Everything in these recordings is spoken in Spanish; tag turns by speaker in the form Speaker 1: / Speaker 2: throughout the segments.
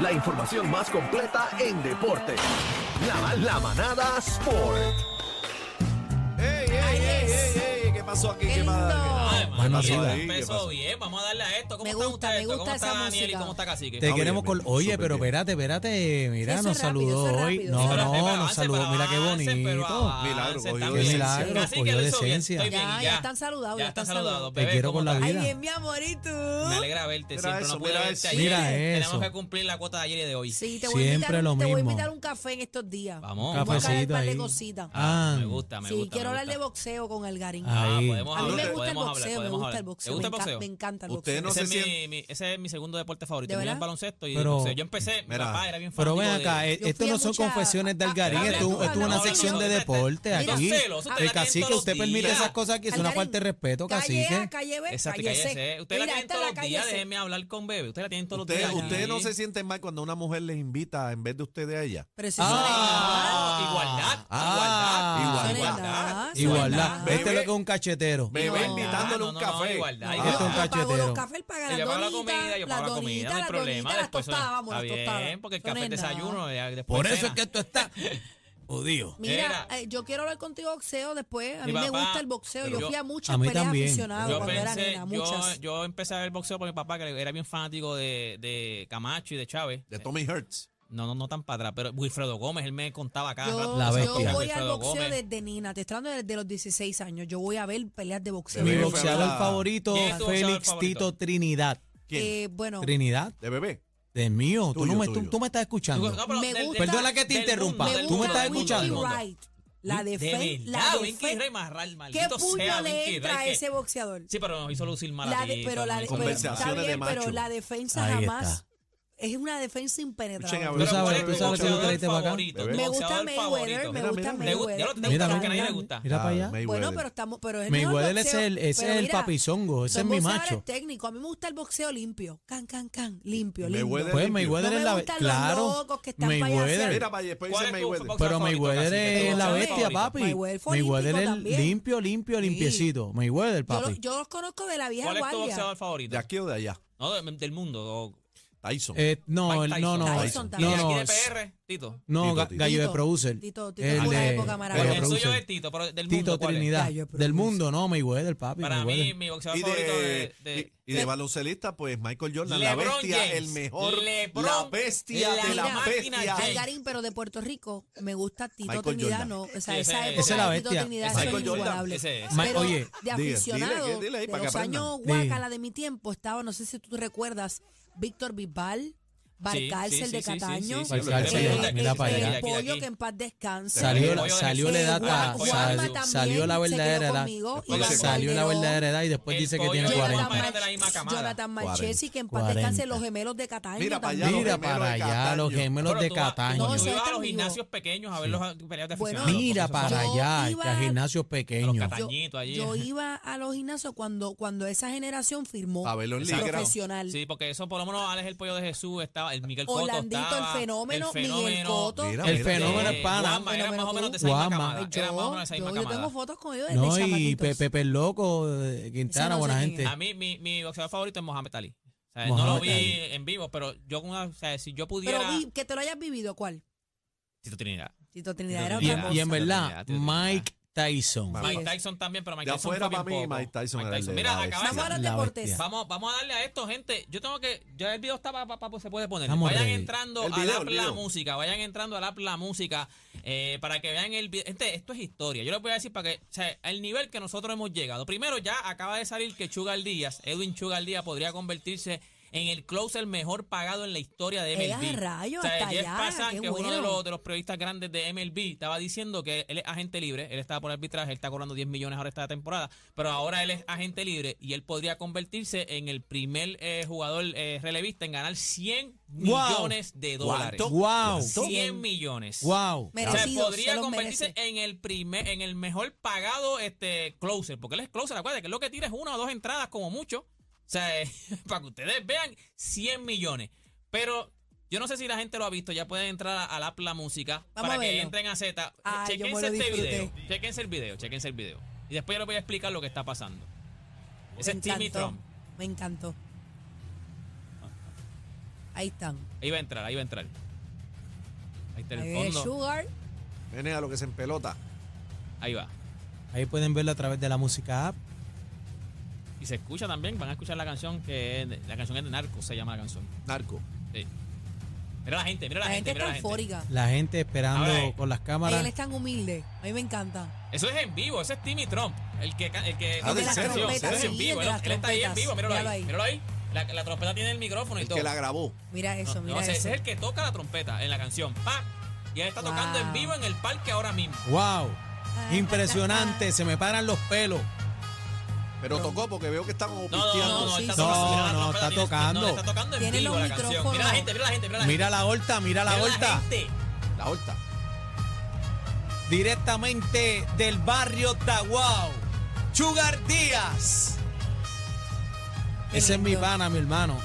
Speaker 1: La información más completa en deporte. La, la manada Sport.
Speaker 2: ¡Ey, ey, ey, ey, ey! ¿Qué pasó aquí?
Speaker 3: Qué
Speaker 2: ¿Qué, pa-
Speaker 3: lindo.
Speaker 2: qué-
Speaker 3: Ay,
Speaker 2: qué
Speaker 4: mano,
Speaker 2: pasó
Speaker 4: mira.
Speaker 2: ahí? ¿Qué
Speaker 5: Empezó
Speaker 2: pasó?
Speaker 5: bien, vamos a darle a esto. ¿Cómo
Speaker 3: Me
Speaker 5: está
Speaker 3: gusta,
Speaker 5: usted?
Speaker 3: me
Speaker 5: esto?
Speaker 3: gusta
Speaker 5: ¿Cómo
Speaker 3: esa
Speaker 5: está Daniel y
Speaker 3: música.
Speaker 5: cómo está Cacique?
Speaker 4: Te
Speaker 2: Estamos
Speaker 4: queremos
Speaker 2: bien,
Speaker 4: con.
Speaker 2: bien,
Speaker 4: Oye,
Speaker 2: súper
Speaker 4: pero
Speaker 2: bien.
Speaker 4: espérate, espérate. Mira,
Speaker 3: Sí, eso
Speaker 4: nos
Speaker 3: es rápido, eso
Speaker 4: saludó
Speaker 3: es
Speaker 4: hoy.
Speaker 3: rápido,
Speaker 4: No,
Speaker 3: eso es
Speaker 5: Pero,
Speaker 4: no,
Speaker 5: pero
Speaker 4: nos
Speaker 5: avance,
Speaker 4: saludó.
Speaker 5: pero
Speaker 4: Mira qué
Speaker 5: avance, pero
Speaker 4: bonito.
Speaker 5: avance,
Speaker 2: Milagro,
Speaker 5: está
Speaker 2: cogió
Speaker 5: bien.
Speaker 4: decencia.
Speaker 5: Cacique,
Speaker 4: Milagro, cogió
Speaker 5: lo hizo bien,
Speaker 4: decencia.
Speaker 5: estoy bien,
Speaker 3: Ya, ya están saludados,
Speaker 5: Ya están saludados.
Speaker 4: Te
Speaker 5: bebé,
Speaker 4: quiero
Speaker 5: ¿cómo
Speaker 4: con la
Speaker 5: estás?
Speaker 3: Ay,
Speaker 4: Mira.
Speaker 3: bien, mi amor, ¿y tú?
Speaker 5: Me alegra verte,
Speaker 2: Mira
Speaker 5: siempre
Speaker 2: eso,
Speaker 5: no pude
Speaker 2: mira
Speaker 5: verte
Speaker 2: eso.
Speaker 5: ayer.
Speaker 4: Mira eso.
Speaker 5: Tenemos que cumplir la cuota de ayer y de hoy.
Speaker 3: Sí, te voy, a
Speaker 4: Siempre
Speaker 3: invitar,
Speaker 4: lo
Speaker 3: te voy a
Speaker 4: mismo.
Speaker 3: invitar a un café en estos días.
Speaker 5: Vamos.
Speaker 3: Voy a
Speaker 4: Cafecito
Speaker 3: caer un par de
Speaker 4: ahí.
Speaker 3: cositas.
Speaker 4: Ah,
Speaker 5: Me gusta, me
Speaker 3: sí,
Speaker 5: gusta. me
Speaker 3: quiero hablar
Speaker 5: gusta.
Speaker 3: de boxeo con Algarín.
Speaker 4: Ah,
Speaker 5: Ah,
Speaker 4: Ahí.
Speaker 5: podemos
Speaker 3: a mí me
Speaker 5: hablar,
Speaker 3: gusta el
Speaker 5: podemos hablar,
Speaker 3: boxeo, me
Speaker 5: podemos
Speaker 3: gusta
Speaker 5: hablar.
Speaker 3: el
Speaker 5: ¿Te
Speaker 3: boxeo.
Speaker 5: gusta el
Speaker 3: me, enca-
Speaker 5: boxeo?
Speaker 3: me encanta el
Speaker 2: Ustedes
Speaker 3: boxeo.
Speaker 2: no
Speaker 5: ese,
Speaker 2: se
Speaker 5: es mi-
Speaker 2: sienten-
Speaker 5: mi- ese es mi segundo deporte favorito.
Speaker 3: ¿De
Speaker 5: Miré el
Speaker 3: verdad?
Speaker 5: baloncesto y el
Speaker 4: Pero-
Speaker 5: boxeo. Yo empecé, mi
Speaker 2: Mira.
Speaker 5: papá era bien
Speaker 4: Pero
Speaker 5: fanático
Speaker 4: ven
Speaker 5: de-
Speaker 4: acá, eh,
Speaker 3: Yo
Speaker 4: esto
Speaker 3: fui a
Speaker 4: no son
Speaker 3: mucha-
Speaker 4: confesiones de
Speaker 3: a- a-
Speaker 4: Algarín,
Speaker 3: hablando-
Speaker 4: esto esto es
Speaker 3: hablando
Speaker 4: una
Speaker 3: de
Speaker 4: sección de
Speaker 3: boxeo,
Speaker 4: deporte
Speaker 3: mira,
Speaker 4: aquí.
Speaker 5: celos, eso te la
Speaker 4: El
Speaker 5: tienen
Speaker 4: cacique,
Speaker 5: todos
Speaker 4: usted
Speaker 5: los
Speaker 4: permite
Speaker 5: días.
Speaker 4: esas cosas aquí, es una
Speaker 3: Algarín,
Speaker 4: falta de respeto,
Speaker 3: Calle
Speaker 4: cacique.
Speaker 3: A, calle B,
Speaker 5: Exacto,
Speaker 3: calle C.
Speaker 5: cállese. Usted la
Speaker 3: pues, Mira,
Speaker 5: tiene
Speaker 3: esta
Speaker 5: todos
Speaker 3: es
Speaker 5: los
Speaker 3: la
Speaker 5: días,
Speaker 3: calle C.
Speaker 5: déjeme hablar con Bebe. Usted la tiene todos los
Speaker 2: Ustedes
Speaker 5: días.
Speaker 2: ustedes
Speaker 5: aquí.
Speaker 2: no se sienten mal cuando una mujer les invita en vez de ustedes a ella.
Speaker 3: Pero si
Speaker 4: Ah.
Speaker 5: No, Igualdad,
Speaker 4: Ah.
Speaker 5: igualdad,
Speaker 3: Igualdad.
Speaker 5: igualdad.
Speaker 4: Igualdad.
Speaker 3: Bebé.
Speaker 4: Este es lo que es un cachetero.
Speaker 2: Bebé
Speaker 3: No.
Speaker 2: invitándole un
Speaker 5: No, no, no,
Speaker 2: café.
Speaker 5: igualdad,
Speaker 2: Ah,
Speaker 3: No,
Speaker 4: Esto es un
Speaker 3: yo pago
Speaker 4: cachetero.
Speaker 3: los cafés, él paga
Speaker 5: Y
Speaker 3: la
Speaker 5: yo pago la
Speaker 3: donita,
Speaker 5: comida, yo pago la comida, no hay problema.
Speaker 3: las
Speaker 5: Después
Speaker 3: tostadas, vamos,
Speaker 5: está
Speaker 3: las tostadas.
Speaker 5: bien, porque el
Speaker 3: Son
Speaker 5: café es
Speaker 3: en nada.
Speaker 5: desayuno. ya después
Speaker 4: Por eso
Speaker 5: cena.
Speaker 4: es que esto está jodido.
Speaker 3: Mira,
Speaker 5: Era.
Speaker 3: eh, yo quiero hablar contigo de boxeo después. A
Speaker 5: Mi
Speaker 3: mí me
Speaker 5: papá-
Speaker 3: gusta el boxeo.
Speaker 5: pero
Speaker 3: Yo
Speaker 5: yo-
Speaker 3: fui a muchas
Speaker 4: a mí
Speaker 3: peleas
Speaker 4: también.
Speaker 3: aficionadas
Speaker 5: yo
Speaker 3: Ah, cuando era
Speaker 5: pensé,
Speaker 3: nena,
Speaker 5: yo,
Speaker 3: muchas.
Speaker 5: yo empecé a ver boxeo por mi papá, que era bien fanático de, de Camacho y de Chávez. Eh,
Speaker 2: De Tommy Hertz.
Speaker 5: No, no, no tan para atrás, pero Wilfredo Gómez, él me contaba acá.
Speaker 3: Yo,
Speaker 4: La
Speaker 3: yo
Speaker 4: bestia.
Speaker 3: voy al
Speaker 5: Wilfredo
Speaker 3: boxeo
Speaker 5: Gómez.
Speaker 3: desde nina, te estoy hablando desde los 16 años. Yo voy a ver peleas de boxeo.
Speaker 4: Mi
Speaker 2: Bebé,
Speaker 4: boxeador
Speaker 2: ¿verdad?
Speaker 4: favorito,
Speaker 5: ¿Quién es tu boxeador
Speaker 4: Félix
Speaker 5: favorito?
Speaker 4: Tito Trinidad.
Speaker 2: ¿Quién?
Speaker 3: Eh, bueno,
Speaker 4: ¿Trinidad?
Speaker 2: ¿De bebé?
Speaker 4: De mío. Tú, no
Speaker 2: Tuyo,
Speaker 4: me,
Speaker 2: tuyo.
Speaker 4: tú, tú me estás escuchando.
Speaker 5: No, pero
Speaker 3: Me gusta-
Speaker 4: Perdona que te
Speaker 5: del
Speaker 4: interrumpa.
Speaker 5: mundo,
Speaker 3: me
Speaker 5: del
Speaker 4: ¿Tú me
Speaker 5: mundo,
Speaker 3: gusta
Speaker 4: estás
Speaker 5: del mundo,
Speaker 3: Winky
Speaker 5: del
Speaker 4: escuchando?
Speaker 5: mundo.
Speaker 3: Wright. La de Faye, la
Speaker 5: verdad,
Speaker 3: de
Speaker 5: Winky
Speaker 3: Faye.
Speaker 5: Rey Marral,
Speaker 3: ¿Qué
Speaker 5: maldito sea
Speaker 3: puño le
Speaker 5: Winky
Speaker 3: entra a
Speaker 5: Rey, que-
Speaker 3: ese boxeador?
Speaker 5: Sí, pero nos hizo lucir mal
Speaker 3: La
Speaker 5: a
Speaker 3: de-
Speaker 5: ti,
Speaker 3: pero
Speaker 5: nos
Speaker 3: la de-
Speaker 5: hizo lucir
Speaker 3: pero-
Speaker 5: mal.
Speaker 2: Conversaciones
Speaker 3: está
Speaker 2: de
Speaker 3: bien, pero
Speaker 2: macho.
Speaker 3: la defensa
Speaker 4: Ahí
Speaker 3: jamás
Speaker 4: está.
Speaker 3: es una defensa
Speaker 2: Escuchen a
Speaker 3: impenetrable.
Speaker 2: ver.
Speaker 4: Tú sabes- tú sabes que yo te la hice para acá.
Speaker 5: favorito,
Speaker 2: Bebé.
Speaker 5: tu
Speaker 3: Me gusta
Speaker 5: boxeador
Speaker 3: Mayweather,
Speaker 5: favorito.
Speaker 3: me
Speaker 2: Mira, mira,
Speaker 3: gusta
Speaker 2: mira.
Speaker 5: ¿Te gusta?
Speaker 3: Mayweather.
Speaker 5: ¿Te
Speaker 3: me
Speaker 5: gusta?
Speaker 4: Mira,
Speaker 5: Porque a nadie
Speaker 3: encanta.
Speaker 5: le gusta.
Speaker 4: Mira para
Speaker 2: Ah,
Speaker 4: allá.
Speaker 2: Mayweather.
Speaker 3: Bueno, pero estamos, pero es el mejor
Speaker 4: Mayweather es
Speaker 3: boxeo.
Speaker 4: el, ese
Speaker 3: Pero
Speaker 4: es el
Speaker 3: mira,
Speaker 4: papizongo, ese es
Speaker 3: son
Speaker 4: mi
Speaker 3: boxeadores
Speaker 4: macho.
Speaker 3: técnicos. A mí me gusta el boxeo limpio. Can, can, can. Limpio,
Speaker 2: Me
Speaker 3: limpio.
Speaker 2: huele-
Speaker 4: Pues
Speaker 2: No
Speaker 4: Mayweather
Speaker 3: me
Speaker 4: es la
Speaker 3: gustan los
Speaker 4: claro.
Speaker 3: locos que están
Speaker 4: Mayweather.
Speaker 3: payaseando.
Speaker 2: Mira, vaya, después
Speaker 5: ¿Cuál
Speaker 2: dice
Speaker 5: es tu
Speaker 2: Mayweather.
Speaker 5: boxeador
Speaker 4: Pero
Speaker 5: favorito,
Speaker 4: Mayweather
Speaker 5: Cacique?
Speaker 4: es
Speaker 5: ¿Tu
Speaker 4: la
Speaker 3: Mayweather
Speaker 5: boxeador favorito?
Speaker 4: bestia, papi.
Speaker 3: Mayweather fue
Speaker 4: Mayweather
Speaker 3: olímpico
Speaker 4: es
Speaker 3: también.
Speaker 4: limpio, limpio, limpiecito. Mayweather,
Speaker 3: Yo, lo-
Speaker 4: Pues, papi.
Speaker 3: yo los conozco de la vieja
Speaker 5: ¿Cuál es tu
Speaker 3: guardia.
Speaker 5: boxeador favorito?
Speaker 2: ¿De aquí o de allá?
Speaker 5: No, de- del mundo. o-
Speaker 2: Tyson.
Speaker 4: Eh, no,
Speaker 5: Mike
Speaker 4: el- no, no,
Speaker 5: Tyson.
Speaker 3: Tyson
Speaker 4: no,
Speaker 3: también.
Speaker 5: ¿Y aquí
Speaker 4: no,
Speaker 5: de PR, Tito?
Speaker 4: no,
Speaker 2: Tito,
Speaker 4: ga-
Speaker 2: Tito.
Speaker 4: Gallo de
Speaker 3: Tito,
Speaker 4: Producer.
Speaker 3: Tito, Tito,
Speaker 4: El
Speaker 3: tuvo una
Speaker 4: de-
Speaker 3: época
Speaker 4: Gallo
Speaker 3: maravillosa.
Speaker 4: de
Speaker 5: Bueno, el
Speaker 3: producer.
Speaker 5: suyo
Speaker 4: Producer.
Speaker 5: es Tito, pero del mundo.
Speaker 4: Tito
Speaker 5: ¿cuál es?
Speaker 4: Trinidad.
Speaker 3: Gallo de
Speaker 4: Del
Speaker 3: producer.
Speaker 4: mundo, no, Mayweather, papi.
Speaker 5: Para mí,
Speaker 4: Mayweather.
Speaker 5: mi boxeador
Speaker 2: Y
Speaker 5: favorito
Speaker 2: de,
Speaker 5: de. de-
Speaker 2: y- y de baloncelista, pues Michael Jordan, la
Speaker 5: LeBron
Speaker 2: bestia,
Speaker 5: James.
Speaker 2: el mejor,
Speaker 5: LeBron,
Speaker 2: la bestia
Speaker 5: la
Speaker 2: de la
Speaker 3: máquina
Speaker 2: bestia.
Speaker 5: James.
Speaker 3: Algarín, pero de Puerto Rico, me gusta Tito
Speaker 2: Michael
Speaker 3: Trinidad,
Speaker 2: Jordan.
Speaker 3: no. O sea,
Speaker 5: Sí,
Speaker 3: esa
Speaker 5: ese-
Speaker 3: época
Speaker 4: Esa es la
Speaker 3: de Tito
Speaker 4: bestia.
Speaker 3: Trinidad
Speaker 2: Michael
Speaker 3: eso es
Speaker 2: Jordan.
Speaker 3: inigualable.
Speaker 5: Ese es.
Speaker 4: Ma-
Speaker 3: Pero
Speaker 4: oye.
Speaker 3: de
Speaker 2: Dile,
Speaker 3: aficionado,
Speaker 2: dile, dile ahí
Speaker 3: de
Speaker 2: para que
Speaker 3: los
Speaker 2: aprendan.
Speaker 3: años
Speaker 4: Dile.
Speaker 3: guácala de mi tiempo, estaba, no sé si tú recuerdas, Víctor Bisbal, Barcárcel
Speaker 5: sí,
Speaker 3: de
Speaker 5: sí, sí,
Speaker 3: Cataño,
Speaker 5: sí, sí,
Speaker 4: sí, Valcárcel, mira para allá.
Speaker 3: el
Speaker 5: Aquí, aquí.
Speaker 3: pollo que en paz descansa.
Speaker 4: Salió,
Speaker 5: Pollo
Speaker 4: la,
Speaker 5: de
Speaker 4: salió
Speaker 5: Venezuela.
Speaker 4: la edad,
Speaker 5: Juan-
Speaker 4: ah,
Speaker 5: Juanma
Speaker 4: sal-
Speaker 3: también
Speaker 4: salió la
Speaker 3: se quedó
Speaker 4: verdadera edad.
Speaker 3: conmigo,
Speaker 2: Iván
Speaker 4: Salió la
Speaker 3: Calderón.
Speaker 4: verdadera edad y después
Speaker 5: El
Speaker 4: dice que
Speaker 5: pollo
Speaker 4: tiene
Speaker 5: de
Speaker 3: Jonathan,
Speaker 4: 40.
Speaker 5: Venezuela.
Speaker 3: Mar-
Speaker 5: de la misma camada.
Speaker 3: Jonathan Marchesi, que en paz
Speaker 4: 40.
Speaker 3: descanse, los gemelos de Cataño.
Speaker 2: Mira para allá,
Speaker 3: también.
Speaker 4: Mira
Speaker 2: los gemelos
Speaker 4: para
Speaker 2: de
Speaker 4: allá, los
Speaker 2: Cataño.
Speaker 4: gemelos de Cataño.
Speaker 3: No,
Speaker 5: Yo
Speaker 3: eso
Speaker 5: iba
Speaker 3: es
Speaker 5: a los
Speaker 3: tan vivo.
Speaker 5: gimnasios pequeños a ver los peleas de
Speaker 3: Bueno,
Speaker 5: aficionados.
Speaker 4: Mira
Speaker 5: porque eso
Speaker 4: para
Speaker 5: son-
Speaker 3: Yo
Speaker 4: allá,
Speaker 3: iba-
Speaker 4: a gimnasios pequeños.
Speaker 5: Cataño. Cañito allí.
Speaker 3: yo iba a los gimnasios cuando, cuando esa generación firmó
Speaker 2: A verlo en liga.
Speaker 3: profesional.
Speaker 5: Sí, porque eso por lo menos Alex el Pollo de Jesús estaba, el Miguel Cotto
Speaker 3: Orlandito,
Speaker 5: estaba,
Speaker 3: el, fenómeno, Miguel Coto.
Speaker 2: Mira,
Speaker 4: El
Speaker 2: mira,
Speaker 4: fenómeno
Speaker 2: eh,
Speaker 4: es pana.
Speaker 5: Guama, era más o menos de esa
Speaker 4: Guama.
Speaker 5: misma camada.
Speaker 3: Yo,
Speaker 5: Era más o menos de esa
Speaker 3: yo-
Speaker 5: misma
Speaker 3: yo
Speaker 5: camada.
Speaker 3: tengo fotos con ellos desde
Speaker 4: No, y
Speaker 3: chamaquitos.
Speaker 4: Pe- Pepe el Loco, eh, Quintana,
Speaker 3: Ese no sé
Speaker 4: buena
Speaker 3: quién
Speaker 4: gente.
Speaker 3: es.
Speaker 5: A mí, mi, mi boxeador favorito es Mohamed Ali. O sea, no lo
Speaker 4: Mohamed
Speaker 5: vi
Speaker 4: Ali.
Speaker 5: en vivo, pero yo, con una- o sea, si
Speaker 3: Pero
Speaker 5: yo pudiera.
Speaker 3: vi que te lo hayas vivido, ¿cuál?
Speaker 5: Tito Trinidad.
Speaker 3: Tito Trinidad era
Speaker 5: Y-
Speaker 3: otra
Speaker 5: y-
Speaker 3: cosa.
Speaker 4: Y, en verdad,
Speaker 5: Trinidad, tío,
Speaker 4: Mike Tyson.
Speaker 2: Mike
Speaker 5: Mike
Speaker 3: es.
Speaker 5: Tyson también, pero Mike
Speaker 2: De
Speaker 5: Tyson.
Speaker 2: afuera
Speaker 5: fue
Speaker 2: para
Speaker 5: bien
Speaker 2: mí,
Speaker 5: poco.
Speaker 2: Mike Tyson era el de
Speaker 5: Mira,
Speaker 2: la
Speaker 5: acabamos
Speaker 3: Vamos
Speaker 5: de
Speaker 3: a hablar
Speaker 4: La
Speaker 3: de deportes.
Speaker 4: bestia.
Speaker 5: Vamos, vamos a darle a esto, gente. Yo tengo que. Ya el video está para pues se puede poner.
Speaker 4: Estamos
Speaker 5: vayan
Speaker 4: ready.
Speaker 5: entrando
Speaker 2: El
Speaker 5: al
Speaker 2: video,
Speaker 5: app
Speaker 2: el
Speaker 5: La
Speaker 2: video.
Speaker 5: Música. Vayan entrando al app La Música eh, para que vean el video. Gente, esto es historia. Yo les voy a decir para que. O sea, el nivel que nosotros hemos llegado. Primero, ya acaba de salir que Chugal Díaz, Edwin Chugal Díaz, podría convertirse en el closer mejor pagado en la historia de
Speaker 3: ¡Ea,
Speaker 5: MLB.
Speaker 3: rayos!
Speaker 5: o sea,
Speaker 3: Hasta
Speaker 5: Jeff
Speaker 3: allá,
Speaker 5: Passan,
Speaker 3: qué
Speaker 5: que es uno de
Speaker 3: bueno.
Speaker 5: los, de los periodistas grandes de MLB, estaba diciendo que él es agente libre, él estaba por arbitraje, él está cobrando 10 millones ahora esta temporada, pero ahora él es agente libre y él podría convertirse en el primer eh, jugador eh, relevista en ganar 100
Speaker 4: Wow.
Speaker 5: millones de dólares.
Speaker 4: Wow.
Speaker 5: 100 millones.
Speaker 4: Wow.
Speaker 5: O sea,
Speaker 3: Merecido, se
Speaker 5: podría
Speaker 3: los
Speaker 5: convertirse
Speaker 3: merece.
Speaker 5: en el primer, en el mejor pagado este closer, porque él es closer, acuérdate que él lo que tira es una o dos entradas como mucho. O sea, eh, para que ustedes vean 100 millones. Pero yo no sé si la gente lo ha visto, ya pueden entrar a- al app La Música
Speaker 3: Vamos
Speaker 5: para
Speaker 3: a
Speaker 5: que
Speaker 3: verlo.
Speaker 5: entren a Z.
Speaker 3: Ah, yo me
Speaker 5: chequense
Speaker 3: lo
Speaker 5: este
Speaker 3: disfruté.
Speaker 5: video, chequense el video, chequense el video. Y después yo les voy a explicar lo que está pasando. Ese
Speaker 3: Me
Speaker 5: es Timmy
Speaker 3: encantó.
Speaker 5: Trump.
Speaker 3: Me encantó. Ahí están.
Speaker 5: Ahí va a entrar, ahí va a entrar. Ahí está
Speaker 3: Ahí
Speaker 5: el
Speaker 3: viene
Speaker 5: fondo.
Speaker 3: Sugar.
Speaker 2: Viene a lo que se empelota.
Speaker 5: Ahí va.
Speaker 4: Ahí pueden verlo a través de la música app.
Speaker 5: Y se escucha también, van a escuchar la canción que es de- la canción es de Narcos, se llama la canción.
Speaker 2: Narco.
Speaker 5: Sí. Mira la gente, mira
Speaker 3: La,
Speaker 5: la,
Speaker 3: gente,
Speaker 5: mira
Speaker 3: está
Speaker 5: la gente.
Speaker 3: eufórica.
Speaker 4: La gente esperando
Speaker 5: Ahora, eh,
Speaker 4: con las
Speaker 3: Él
Speaker 4: cámaras.
Speaker 3: es tan humilde. A mí me encanta.
Speaker 5: Eso es en vivo, ese es Timmy Trump, el que ca- el que
Speaker 2: Ah,
Speaker 5: toca
Speaker 2: ¿en
Speaker 5: la
Speaker 2: serio?
Speaker 5: canción,
Speaker 2: ¿En
Speaker 5: ese es
Speaker 2: serio?
Speaker 5: en
Speaker 3: Sí, el
Speaker 5: vivo,
Speaker 3: de
Speaker 5: él,
Speaker 3: las
Speaker 5: él está ahí en
Speaker 3: trompetas.
Speaker 5: vivo, míralo ahí,
Speaker 3: Míralo ahí.
Speaker 5: míralo ahí. La, la trompeta tiene el micrófono y
Speaker 2: El
Speaker 5: todo.
Speaker 2: que la grabó.
Speaker 3: Mira eso,
Speaker 5: No,
Speaker 3: mira
Speaker 5: no, ese,
Speaker 3: eso.
Speaker 5: ese es el que toca la trompeta en la canción. ¡Pa! Y él está tocando
Speaker 3: Wow.
Speaker 5: en vivo en el parque ahora mismo.
Speaker 4: ¡Wow! Impresionante, se me paran los pelos.
Speaker 2: Pero tocó porque veo que está como
Speaker 5: No, no, no, no,
Speaker 2: pisteando.
Speaker 5: no, él está
Speaker 3: Sí, sí.
Speaker 5: tocando. mira la
Speaker 4: No, no,
Speaker 5: trompeta,
Speaker 4: está
Speaker 5: tiene-
Speaker 4: tocando.
Speaker 5: no, está tocando en
Speaker 3: Tiene
Speaker 5: vivo
Speaker 3: los
Speaker 5: la canción.
Speaker 3: micrófonos.
Speaker 5: Mira la gente, mira la gente, mira la gente.
Speaker 4: Mira la horta, mira la
Speaker 5: Mira
Speaker 4: horta.
Speaker 5: gente.
Speaker 2: La horta.
Speaker 4: Directamente del barrio Tahuao. Sugar Díaz.
Speaker 3: Qué
Speaker 4: Ese es mi
Speaker 3: lindo.
Speaker 4: pana, mi hermano.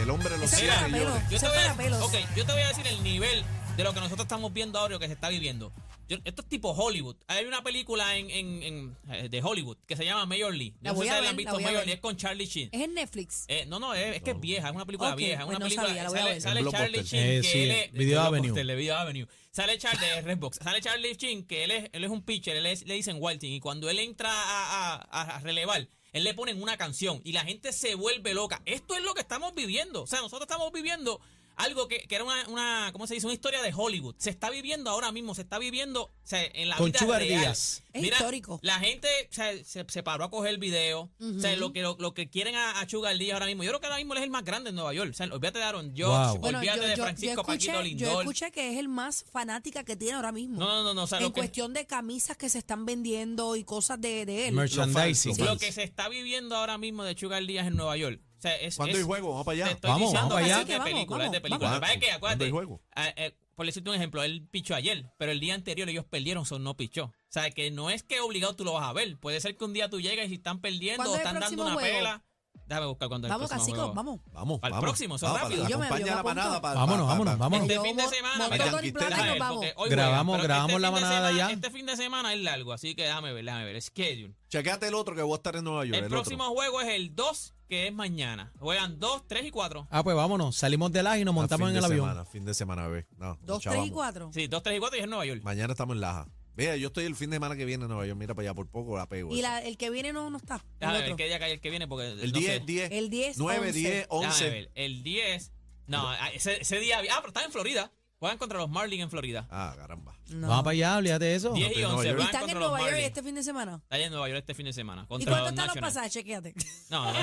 Speaker 2: El hombre lo
Speaker 3: Ese
Speaker 2: sigue.
Speaker 5: Mira,
Speaker 3: para
Speaker 2: señores.
Speaker 3: pelo.
Speaker 5: yo te,
Speaker 3: Son
Speaker 5: voy a,
Speaker 3: para pelos.
Speaker 5: ok, yo te voy a decir el nivel de lo que nosotros estamos viendo ahora o que se está viviendo. Yo- esto es tipo Hollywood. Hay una película en, en- en, eh, de Hollywood que se llama Mayor Lee.
Speaker 3: La
Speaker 5: no
Speaker 3: voy
Speaker 5: sé si
Speaker 3: a
Speaker 5: ustedes
Speaker 3: ver,
Speaker 5: han
Speaker 3: la
Speaker 5: visto
Speaker 3: voy a
Speaker 5: Mayor
Speaker 3: ver.
Speaker 5: Lee, es con Charlie Sheen.
Speaker 3: Es en Netflix.
Speaker 5: Eh, no, no, es, es que es vieja, es una película
Speaker 3: Ok,
Speaker 5: vieja, es
Speaker 3: pues
Speaker 5: una
Speaker 3: no
Speaker 5: película.
Speaker 3: sabía, la voy a
Speaker 5: sale
Speaker 3: ver.
Speaker 5: sale
Speaker 2: Un
Speaker 5: Charlie
Speaker 2: blockbuster.
Speaker 5: Sheen,
Speaker 4: Eh,
Speaker 5: que
Speaker 4: sí,
Speaker 5: él es.
Speaker 4: Video
Speaker 5: de
Speaker 4: Avenue.
Speaker 5: blockbuster, de Video Avenue. Sale Charlie de Redbox. Sale Charlie Sheen, que él es, él es un pitcher, él es- le dicen Walting. Y cuando él entra a, a- a- a relevar, él le ponen una canción y la gente se vuelve loca. Esto es lo que estamos viviendo. O sea, nosotros estamos viviendo algo que, que era una, una, ¿cómo se dice? Una historia de Hollywood. Se está viviendo ahora mismo, se está viviendo o sea, en la
Speaker 4: Con
Speaker 5: vida
Speaker 4: Sugar
Speaker 5: real.
Speaker 4: Díaz.
Speaker 3: Es histórico.
Speaker 5: La gente o sea, se, se paró a coger el video. O sea, lo que, lo, lo que quieren a, a Sugar Lee ahora mismo. Yo creo que ahora mismo él es el más grande en Nueva York. O sea, olvídate de Aaron George,
Speaker 4: Wow.
Speaker 3: Bueno, yo,
Speaker 5: olvídate de
Speaker 3: yo- yo
Speaker 5: Francisco
Speaker 3: escuché,
Speaker 5: Paquito
Speaker 3: yo
Speaker 5: Lindor.
Speaker 3: escuché que es el más fanática que tiene ahora mismo.
Speaker 5: No, no, no, no. O sea,
Speaker 3: en
Speaker 5: lo que,
Speaker 3: cuestión de camisas que se están vendiendo y cosas de, de él.
Speaker 4: Merchandising.
Speaker 2: los fans.
Speaker 5: lo que se está viviendo ahora mismo de Sugar Lee es en Nueva York. O sea, es,
Speaker 2: ¿Cuándo
Speaker 5: es-
Speaker 2: hay juego? Vamos para
Speaker 5: te
Speaker 2: allá.
Speaker 5: estoy
Speaker 4: Vamos,
Speaker 5: diciendo
Speaker 4: vamos
Speaker 5: que
Speaker 4: allá.
Speaker 5: es de
Speaker 3: Vamos,
Speaker 5: película, es de
Speaker 3: vamos,
Speaker 5: película. Lo que pasa es que,
Speaker 2: ¿Cuándo hay
Speaker 5: acuérdate,
Speaker 2: juego?
Speaker 5: Ah, eh, por decirte un ejemplo, él pichó ayer, pero el día anterior ellos perdieron, son no pichó. O sea, que no es que obligado tú lo vas a ver. Puede ser que un día tú llegues y están perdiendo
Speaker 3: ¿Cuándo
Speaker 5: o
Speaker 3: es el
Speaker 5: están dando
Speaker 3: próximo
Speaker 5: una
Speaker 3: juego?
Speaker 5: pela. Déjame buscar cuando
Speaker 3: Vamos, cacicos, vamos.
Speaker 2: Vamos,
Speaker 5: Al
Speaker 2: vamos.
Speaker 5: próximo, eso
Speaker 2: Vamos,
Speaker 5: rápido.
Speaker 2: para-
Speaker 3: Yo me-
Speaker 2: Acompaña
Speaker 3: yo me
Speaker 2: a la
Speaker 3: apunto.
Speaker 2: manada. para-
Speaker 4: Vámonos,
Speaker 2: para-
Speaker 4: vámonos,
Speaker 2: para-
Speaker 4: vámonos.
Speaker 5: Este fin de
Speaker 3: Yo mo-
Speaker 5: semana,
Speaker 3: monto
Speaker 5: mira,
Speaker 3: todo el
Speaker 2: Yanquistela,
Speaker 3: plátano,
Speaker 5: Déjame ver,
Speaker 3: vamos.
Speaker 5: porque hoy
Speaker 4: Grabamos,
Speaker 5: juegan, pero
Speaker 4: grabamos
Speaker 5: este
Speaker 4: la
Speaker 5: fin de
Speaker 4: manada
Speaker 5: semana-
Speaker 4: ya.
Speaker 5: Este fin de semana es largo, así que déjame ver, déjame ver. Schedule.
Speaker 2: Chequéate el otro que voy a estar en Nueva York.
Speaker 5: El,
Speaker 2: El
Speaker 5: próximo juego es el 2, que es mañana. Juegan 2, 3 y 4.
Speaker 4: Ah, pues vámonos. Salimos del ajo y nos
Speaker 2: otro.
Speaker 4: montamos
Speaker 2: Ah,
Speaker 4: en
Speaker 2: fin
Speaker 4: el
Speaker 2: de
Speaker 4: avión.
Speaker 2: Semana, fin de semana, bebé. No,
Speaker 3: Dos,
Speaker 2: chavamos.
Speaker 3: tres y cuatro.
Speaker 5: Sí, 2, 3 y 4 y es en Nueva York.
Speaker 2: Mañana estamos en Laja. Vea, yo estoy el fin de semana que viene en Nueva York. Mira para allá, por poco la pego.
Speaker 3: Y la, el que viene no, no está. El,
Speaker 5: pues. Déjame ver
Speaker 3: otro.
Speaker 5: qué día cae el que viene, porque.
Speaker 2: el 10, 10.
Speaker 3: El 10,
Speaker 2: 9,
Speaker 3: 11.
Speaker 2: 10,
Speaker 5: Déjame
Speaker 2: 11.
Speaker 5: ver, el 10. No, ah, ese, ese día. Ah, pero están en Florida. Juegan contra los Marlins en Florida.
Speaker 2: Ah, caramba.
Speaker 3: No.
Speaker 4: Vamos para allá, olvídate de eso.
Speaker 5: 10
Speaker 2: estoy
Speaker 5: y
Speaker 2: en Nueva
Speaker 5: 11.
Speaker 2: York.
Speaker 5: Juegan
Speaker 3: Están
Speaker 5: contra
Speaker 3: en
Speaker 5: los
Speaker 3: Nueva York
Speaker 5: Marlins.
Speaker 3: este fin de semana.
Speaker 5: Están en Nueva York este fin de semana.
Speaker 3: ¿Y
Speaker 5: Contra
Speaker 3: cuánto
Speaker 5: los
Speaker 3: están los
Speaker 5: Nationals.
Speaker 3: pasajes? Chequéate.
Speaker 5: No, no.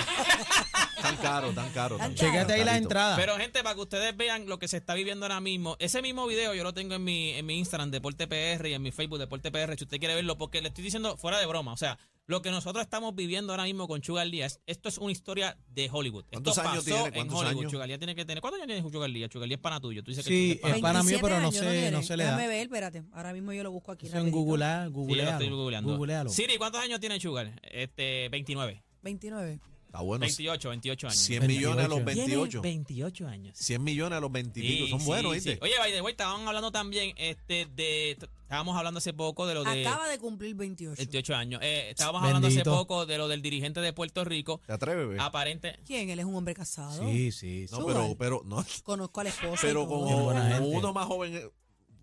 Speaker 2: Tan caro, tan caro.
Speaker 3: Tan
Speaker 2: caro.
Speaker 4: Chequéate ahí las
Speaker 2: Carito.
Speaker 4: entradas.
Speaker 5: Pero gente, para que ustedes vean lo que se está viviendo ahora mismo, ese mismo video yo lo tengo en mi, en mi Instagram, Deporte PR, y en mi Facebook, Deporte PR, si usted quiere verlo, porque le estoy diciendo fuera de broma, o sea, lo que nosotros estamos viviendo ahora mismo con Sugar Lee, es- esto es una historia de Hollywood.
Speaker 2: ¿Cuántos
Speaker 5: esto
Speaker 2: años
Speaker 5: pasó
Speaker 2: tiene?
Speaker 5: en
Speaker 2: ¿Cuántos
Speaker 5: Hollywood.
Speaker 2: años?
Speaker 5: Sugar Lee tiene que tener. ¿Cuántos años tiene Sugar Lee? Sugar Lee es pana tuyo. Tú dices que
Speaker 4: Sí,
Speaker 5: tú eres pana
Speaker 4: es pana mío, pero no
Speaker 3: 27
Speaker 4: sé- no
Speaker 3: tiene.
Speaker 4: se le da.
Speaker 3: Déjame ver, espérate. Ahora mismo yo lo busco aquí.
Speaker 4: Eso en
Speaker 3: rapidito.
Speaker 4: googlear,
Speaker 5: Sí, yo lo estoy
Speaker 4: googlealo.
Speaker 5: googleando.
Speaker 4: googlealo.
Speaker 5: Siri, ¿cuántos años tiene Sugar? Este, 29.
Speaker 3: 29.
Speaker 2: Está bueno.
Speaker 5: 28, 28 años.
Speaker 2: 100 millones a los
Speaker 4: 28.
Speaker 2: 28.
Speaker 5: Tiene 28 años.
Speaker 2: 100 millones a los 25.
Speaker 5: Sí,
Speaker 2: Son
Speaker 5: sí,
Speaker 2: buenos,
Speaker 5: sí.
Speaker 2: ¿viste?
Speaker 5: Oye, by the way, estaban hablando también este de t- estábamos hablando hace poco de lo de
Speaker 3: Acaba de cumplir 28.
Speaker 5: 28 años. Eh, estábamos
Speaker 4: Bendito.
Speaker 5: hablando hace poco de lo del dirigente de Puerto Rico,
Speaker 2: ¿Te atreves, bebé?
Speaker 5: aparente.
Speaker 3: ¿Quién? Él es un hombre casado.
Speaker 4: Sí, sí. sí.
Speaker 2: No,
Speaker 3: suban.
Speaker 2: pero, pero, no.
Speaker 3: Conozco a la esposa. y
Speaker 2: Pero
Speaker 3: todo.
Speaker 2: como
Speaker 4: buena
Speaker 2: como
Speaker 4: gente.
Speaker 2: uno más joven. eh,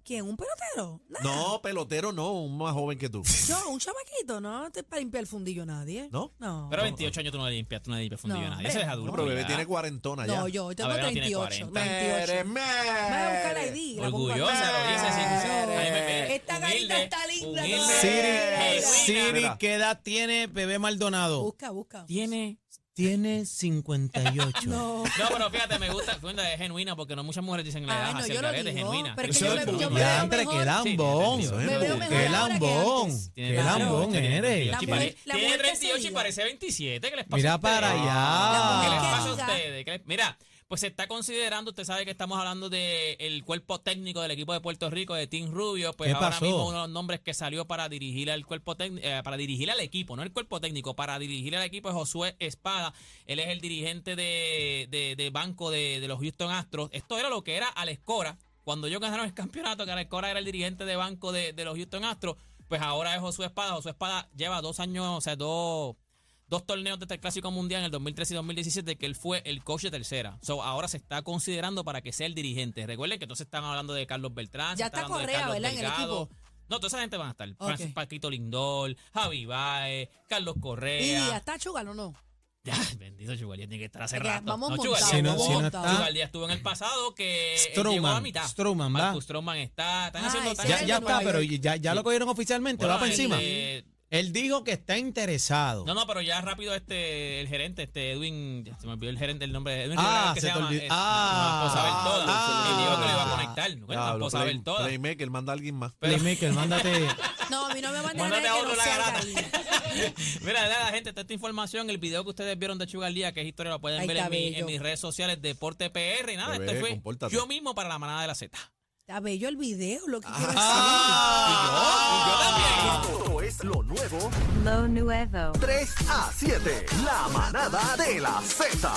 Speaker 3: ¿Quién? ¿Un pelotero? Nah.
Speaker 2: No, pelotero no, un más joven que tú.
Speaker 3: Yo, un chamaquito, no te para limpiar el fundillo nadie.
Speaker 2: ¿No?
Speaker 3: No.
Speaker 5: Pero 28 años tú no le limpias, tú no le limpias fundillo a
Speaker 3: No,
Speaker 5: nadie.
Speaker 3: hombre.
Speaker 5: Ese es
Speaker 2: No,
Speaker 5: adulto.
Speaker 2: pero bebé
Speaker 5: ya.
Speaker 2: tiene cuarentona ya.
Speaker 3: no, yo tengo
Speaker 5: A ver, no tiene
Speaker 3: 38.
Speaker 2: 28.
Speaker 3: 28. Voy a buscar la ID. la pongo acá.
Speaker 5: Orgullosa, lo dice sí, sí, sí.
Speaker 3: Claro.
Speaker 5: Ahí me ve.
Speaker 3: Esta
Speaker 5: Humilde,
Speaker 3: carita está linda.
Speaker 5: humilde.
Speaker 3: todavía.
Speaker 4: Siri,
Speaker 5: Ay,
Speaker 4: Siri,
Speaker 2: mira.
Speaker 4: ¿qué edad tiene bebé Maldonado?
Speaker 3: Busca, busca.
Speaker 5: Tiene
Speaker 4: Tiene 58.
Speaker 3: No.
Speaker 5: No, pero fíjate, me gusta, fíjate, es genuina porque no muchas mujeres dicen la edad
Speaker 3: Ah, no,
Speaker 5: hacia
Speaker 3: yo
Speaker 5: el
Speaker 3: lo
Speaker 5: garete, es
Speaker 3: digo,
Speaker 5: genuina.
Speaker 3: pero es
Speaker 5: Eso
Speaker 3: que yo
Speaker 5: es
Speaker 3: me- yo
Speaker 5: tuyo.
Speaker 3: me-
Speaker 4: Ya, entre,
Speaker 3: mejor.
Speaker 4: qué lambón.
Speaker 2: Sí,
Speaker 3: Me veo mejor
Speaker 4: Qué
Speaker 3: ahora que
Speaker 4: lambón.
Speaker 3: antes.
Speaker 4: Qué
Speaker 3: Claro.
Speaker 4: lambón eres.
Speaker 3: La
Speaker 5: Sí,
Speaker 3: mujer-
Speaker 5: pare-
Speaker 3: la
Speaker 5: tiene
Speaker 3: mujer que
Speaker 5: 38 y
Speaker 3: se
Speaker 5: parece 27. ¿Qué les pasa a
Speaker 4: Mira
Speaker 5: ustedes?
Speaker 4: para
Speaker 3: La
Speaker 5: ¿Qué
Speaker 3: mujer
Speaker 5: les
Speaker 3: que
Speaker 4: allá.
Speaker 5: pasa a
Speaker 3: diga.
Speaker 5: ustedes? ¿Qué les- Mira, pues se está considerando, usted sabe que estamos hablando del cuerpo técnico del equipo de Puerto Rico, de Team Rubio, pues
Speaker 4: ¿Qué
Speaker 5: ahora
Speaker 4: pasó?
Speaker 5: mismo uno de los nombres que salió para dirigir al cuerpo técnico, para dirigir al equipo, no el cuerpo técnico, para dirigir al equipo es Josué Espada, él es el dirigente de, de- de banco de, de los Houston Astros, esto era lo que era Alex Cora, cuando ellos ganaron el campeonato, que Alex Cora era el dirigente de banco de, de los Houston Astros, pues ahora es Josué Espada, Josué Espada lleva dos años, o sea, dos dos torneos de este Clásico Mundial en el 2013 y 2017 que él fue el coach de tercera. So, ahora se está considerando para que sea el dirigente. Recuerden que entonces están hablando de Carlos Beltrán,
Speaker 3: Ya
Speaker 5: se está
Speaker 3: está
Speaker 5: hablando de
Speaker 3: Correa,
Speaker 5: Carlos
Speaker 3: ¿verdad? En el
Speaker 5: Delgado.
Speaker 3: equipo.
Speaker 5: No, toda esa gente van a estar. Francis
Speaker 3: Ok.
Speaker 5: Paquito Lindol, Javi Baez, Carlos
Speaker 3: Y
Speaker 5: Correa.
Speaker 3: hasta Chugal o no.
Speaker 5: Ya, bendito Chugalía tiene que estar hace
Speaker 3: Es que
Speaker 5: rato.
Speaker 3: vamos
Speaker 5: no,
Speaker 3: montados,
Speaker 5: Chugalía,
Speaker 4: Si no- vamos si no montados. está-
Speaker 5: estuvo en el pasado que él llegó a
Speaker 4: Stroman,
Speaker 5: la mitad.
Speaker 4: Stroman, ¿va?
Speaker 5: Marcus Stroman está, están
Speaker 3: Ah,
Speaker 5: haciendo
Speaker 3: ese
Speaker 5: tan-
Speaker 3: es
Speaker 4: Ya,
Speaker 3: el
Speaker 4: ya
Speaker 3: de
Speaker 4: está,
Speaker 3: Nueva
Speaker 4: pero
Speaker 3: York.
Speaker 4: ya, ya lo cogieron oficialmente,
Speaker 5: Bueno, eh,
Speaker 4: va para
Speaker 5: el
Speaker 4: encima.
Speaker 5: de-
Speaker 4: Él dijo que está interesado.
Speaker 5: No, no, pero ya rápido este el gerente, este Edwin, ya se me olvidó el gerente el nombre de Edwin
Speaker 4: Ah,
Speaker 5: Rivera, que
Speaker 4: se te
Speaker 5: llama,
Speaker 4: olvidó.
Speaker 5: eh,
Speaker 4: Ah,
Speaker 5: no las puedo saber todas.
Speaker 4: ah,
Speaker 5: Él dijo que le iba a conectar. Bueno, no las puedo saber todas.
Speaker 2: Playmaker, manda a alguien más.
Speaker 5: pero-
Speaker 4: Playmaker, mándate.
Speaker 3: No, a mí no me van a
Speaker 5: Mándate
Speaker 3: nadie
Speaker 5: a
Speaker 3: que
Speaker 5: otro
Speaker 3: no
Speaker 5: la
Speaker 3: sea
Speaker 5: garata.
Speaker 3: Gabriel.
Speaker 5: Mira, nada, gente, toda esta información, el video que ustedes vieron de Sugar Lía, que es historia, lo pueden
Speaker 3: Ahí
Speaker 5: ver
Speaker 3: está
Speaker 5: en, mi-
Speaker 3: bello.
Speaker 5: en mis redes sociales, Deporte PR y nada,
Speaker 2: Bebé,
Speaker 5: esto fue
Speaker 2: compórtate.
Speaker 5: yo mismo para la manada de la Z.
Speaker 3: Está bello el video, lo que quiero Ah,
Speaker 1: Ah, Esto es lo nuevo
Speaker 6: Lo nuevo.
Speaker 1: 3 a 7. La manada de la Z.